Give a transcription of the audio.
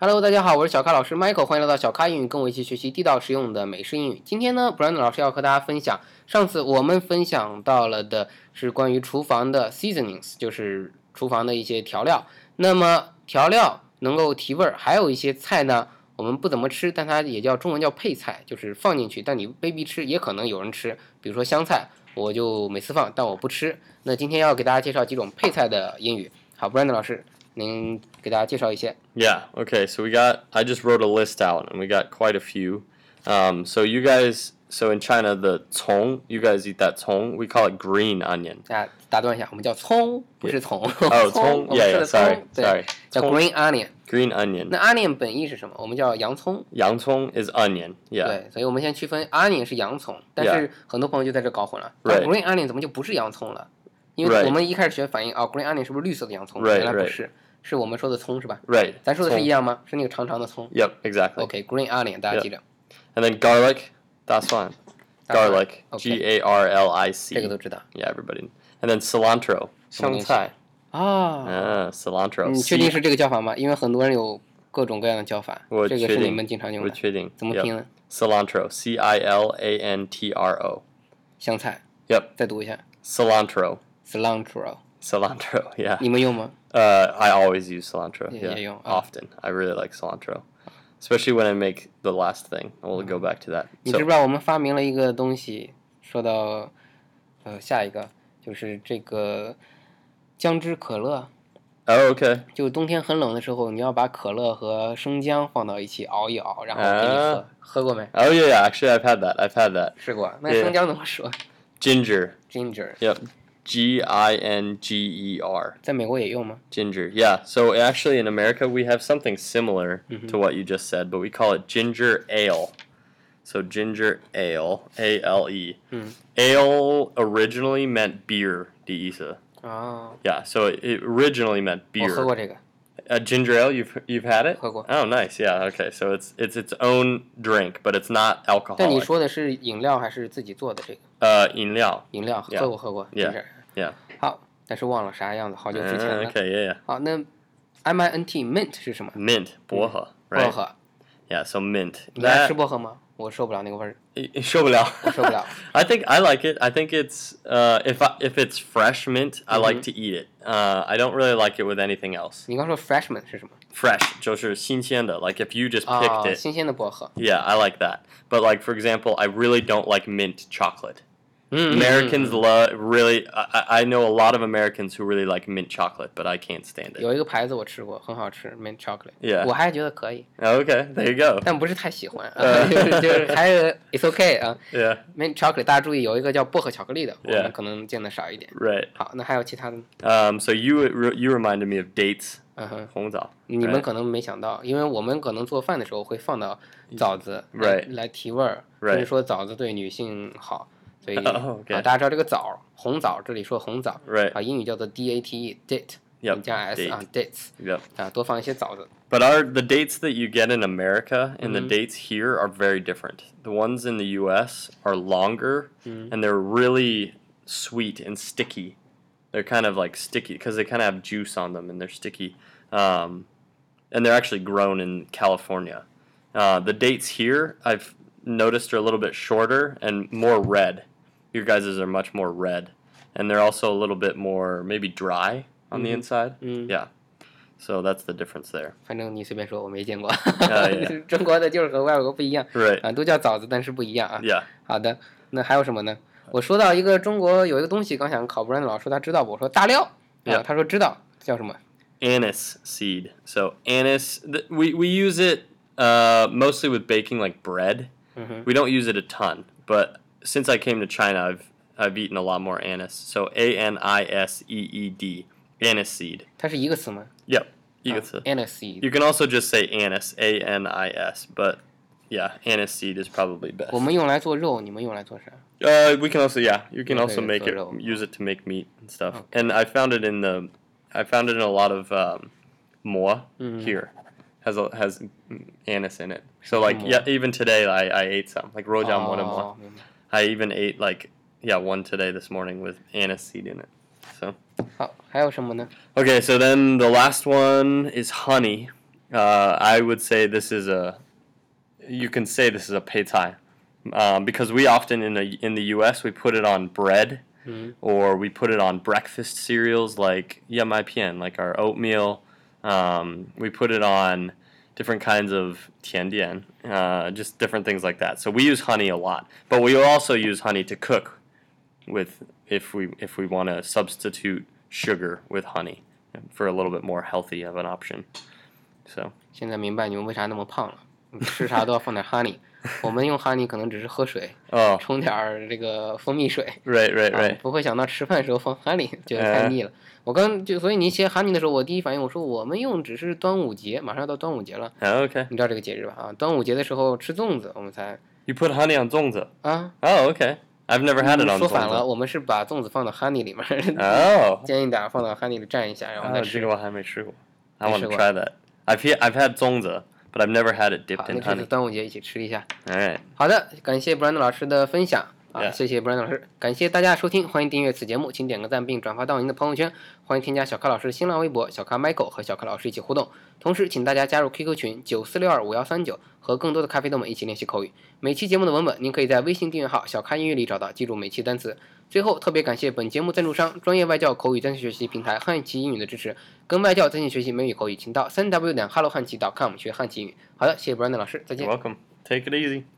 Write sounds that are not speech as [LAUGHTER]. Hello，大家好，我是小咖老师 Michael，欢迎来到小咖英语，跟我一起学习地道实用的美式英语。今天呢，Brandon 老师要和大家分享，上次我们分享到了的是关于厨房的 seasonings，就是厨房的一些调料。那么调料能够提味儿，还有一些菜呢，我们不怎么吃，但它也叫中文叫配菜，就是放进去，但你未必吃，也可能有人吃。比如说香菜，我就每次放，但我不吃。那今天要给大家介绍几种配菜的英语。好，Brandon 老师，您给大家介绍一些。 Yeah. Okay. So we got. I just wrote a list out, and we got quite a few. Um, so you guys. So in China, the cong. You guys eat that cong. We call it green onion. 啊，打断一下，我们叫葱，不是葱。 Oh, [LAUGHS] 葱 cong. 我们 Yeah. 吃 Yeah. 的 Sorry. 葱，对， Sorry. 嗯叫 Cong- green onion。 green onion. 那 onion 本意是什么？我们叫洋葱。 Yang cong is onion. Yeah. 对，所以我们先区分 onion 是洋葱，但 Yeah 是很多朋友就在这搞混了。那 Right green onion 怎么就不是洋葱了？因为 Right 我们一开始学反应啊，green onion 是不是绿色的洋葱？ Right，原来不 right 是，是我们说的葱是吧？ Right. 咱说的是 cong. 一样吗？是那个长长的葱。 Yep. Exactly. OK，green onion 大家 Yeah 记着， And then garlic. That's fine. 大蒜 Garlic. Okay. G A R L I 这个都 C. 知道 Yeah. Everybody. And then cilantro. 什么东西？香菜。啊。 Ah, cilantro. 你确定是这个叫法吗？因为很多人有各种各样的叫法，我这个确是你定们经常用的，我确定。怎么 Yep. 拼呢？ Cilantro. C I L A N T R O. 香菜。 Yep. 再读一下 Cilantro. cilantro， Cilantro. [LAUGHS] Yeah. 你们用吗？ Uh, I always use cilantro. Yeah, Yeah. oh. yeah, yeah. Often. I really like cilantro, especially when I make the last thing. We'll go back to that. 你知 So, 不知道我们发明了一个东西？说到，呃，下一个就是这个姜汁可乐。 oh, okay. 就冬天很冷的时候，你要把可乐和生姜放到一起熬一熬，然后给你喝。啊喝过没？ Oh, yeah, yeah. Actually, I've had that. I've had that. 试过。啊那 Yeah 生姜怎么说 Ginger. ？Ginger， Yep. G I N G E R. 在美国也用吗？ Ginger. Yeah. So, actually, in America, we have something similar Mhm. to what you just said, but we call it ginger ale. So, ginger ale. A L E. Mhm. Ale originally meant beer, Deisa. 啊、 Yeah, so it, it originally meant 我喝过 beer. 这个， Uh, ginger ale, you've you've had it? 喝过。 Oh, nice. Yeah. Okay. So it's it's its own drink, but it's not 但你 alcoholic. 说的是饮料还是自己做的这个 Uh, 饮料.饮料？ Yeah 喝过喝过 Yeah ，Ginger Yeah 好，但是忘了啥样子，好久之前 Uh, 了。 okay. Yeah. Yeah. 好，那 M I N T mint 是什么？ Mint. 薄荷.薄 Right. 荷， Yeah. So mint. 你爱 That. 吃薄荷吗？我受不了那个味儿， [LAUGHS] 我受不受不了。了。 [LAUGHS] I think I like it. I think it's uh if I, if it's fresh mint, I like Mhm. to eat it. Uh, I don't really like it with anything else. 你刚说 freshman 是什么？ Fresh 就是新鲜的. Like if you just picked 啊， it, 新鲜的薄荷。 yeah, I like that. But like for example, I really don't like mint chocolate. 嗯 Americans love really. I, I- I know a lot of Americans who really like mint chocolate, but I can't stand it. 有一个牌子我吃过，很好吃，mint chocolate。 Yeah. 我还觉得可以， Okay, there you go. 但不是太喜欢，啊，[LAUGHS] 呃就是就是还是 it's okay 啊。 Yeah, mint chocolate，大家注意有一个叫薄荷巧克力的，我 Yeah 们可能见的少一点。 right. 好，那还有其他的呢？ Um, so you you reminded me of dates. 嗯哼，红枣.你们 Right. 可能没想到，因为我们可能做饭的时候会放到枣子来 Right. 来提味儿， Right. 所以说枣子对女性好，所以 [LAUGHS] Oh, okay. 啊，大家知道这个枣，红枣，这里说红枣， Right. 啊，英语叫做 date date， Yep. 你加 s date. 啊 dates Yep. 啊，多放一些枣子。 But our the dates that you get in America and Mhm. the dates here are very different. The ones in the U.S. are longer Mhm. and they're really sweet and sticky. They're kind of like sticky because they kind of have juice on them and they're sticky. Um, and they're actually grown in California. Uh, the dates here I've noticed are a little bit shorter and more red. Your guys's are much more red, and they're also a little bit more maybe dry on the Mhm. inside. 嗯， Yeah. So that's the difference there. 反正你随便说，我没见过啊 yeah， [LAUGHS] 中国的就是和外国不一样 Right. 啊，都叫枣子，但是不一样啊。 Yeah. 好的，那还有什么呢？我说到一个中国有一个东西，刚想考布兰老师说他知道不？我说大料，啊， Yeah 他说知道，叫什么？ Anise seed. So anise, th- we, we use it uh, mostly with baking like bread. 嗯哼。 We don't use it a ton, but since I came to China, I've I've eaten a lot more anise. So A N I S E E D, anise seed. 它是一个词吗 Yep. You, get to- a n a s e you can also just say anise, A N I S, but yeah, anise seed is probably best. 我们用来做肉，你们用来做啥？ Uh, we can also yeah, you can Okay, also make so it it'll- use it to make meat and stuff. Okay. And I found it in the, I found it in a lot of um, moi Mhm. here, has a, has mm, anise in it. So like yeah, Moi. even today I, I ate some like rojam one of moi. 哦，明白。 I even ate like yeah one today this morning with anise seed in it. So 好，还有什么呢？ okay, so then the last one is honey. Uh, I would say this is a. You can say this is a pei tai, um, because we often in the in the U.S. we put it on bread, or we put it on breakfast cereals like yamai pian, like our oatmeal. Um, we put it on different kinds of tian dian, uh, just different things like that. So we use honey a lot, but we also use honey to cook with if we if we want to substitute sugar with honey for a little bit more healthy of an option. So 现在明白你们为啥那么胖了，你吃啥都要放点 honey。我们用 honey 可能只是喝水， oh 冲点儿这个蜂蜜水， right right 啊 right 不会想到吃饭时候放 honey，觉得太哎腻了。我刚就所以您写 honey 的时候，我第一反应我说我们用只是端午节，马上要到端午节了， Oh, okay 你知道这个节日吧？啊，端午节的时候吃粽子，我们才 you put honey on zongzi [LAUGHS] 啊。嗯 oh okay I've never had it on 说反了， zongzi 我们是把粽子放到 honey 里面儿， [LAUGHS] oh 煎一点儿放到 honey 里蘸一下，然后啊再吃。这个我还没吃过 I want to 没吃过。 try that I've he- I've had zongzi but I've never had it 好 dipped，那 in 这次 honey 端午节一起吃一下。 all right 好的，感谢 Brand 老师的分享啊嗯 Yeah. 谢谢 Brand 老师，感谢大家收听，欢迎订阅此节目，请点个赞并转发到您的朋友圈，欢迎添加小咖老师的新浪微博小咖 Michael 和小咖老师一起互动，同时请大家加入 QQ 群九四六二五幺三九，和更多的咖啡豆们一起练习口语。每期节目的文本您可以在微信订阅号小咖英语里找到，记住每期单词。最后，特别感谢本节目赞助商专业外教口语在线学习平台汉语奇英语的支持，跟外教在线学习美语 e 口语，请到三 w 点 hello 汉奇 .com 学汉奇英语。好的，谢谢 Brand 老师，再见 you're。welcome take it easy.